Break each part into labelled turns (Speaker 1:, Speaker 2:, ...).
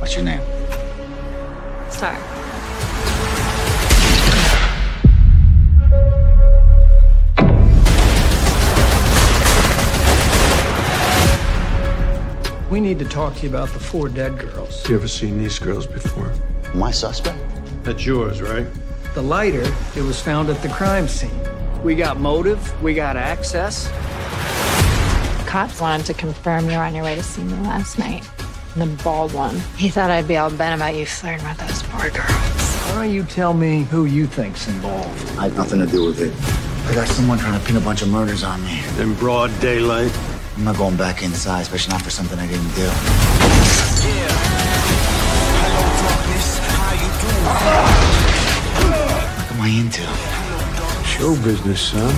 Speaker 1: What's your name?
Speaker 2: Star.
Speaker 3: We need to talk to you about the four dead girls.
Speaker 4: You ever seen these girls before?
Speaker 1: My suspect?
Speaker 4: That's yours, right?
Speaker 3: The lighter that was found at the crime scene. We got motive, we got access.
Speaker 2: Cops wanted to confirm you're on your way to see me last night. The bald one. He thought I'd be all bent about you flirting with those poor girls.
Speaker 3: Why don't you tell me who you think's involved?
Speaker 1: I had nothing to do with it. I got someone trying to pin a bunch of murders on me.
Speaker 4: In broad daylight.
Speaker 1: I'm not going back inside, especially not for something I didn't do. What am I into?
Speaker 4: Show business, son.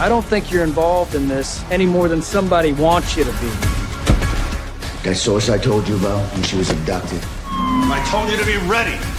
Speaker 3: I don't think you're involved in this any more than somebody wants you to be.
Speaker 1: That source I told you about when she was abducted.
Speaker 5: I told you to be ready.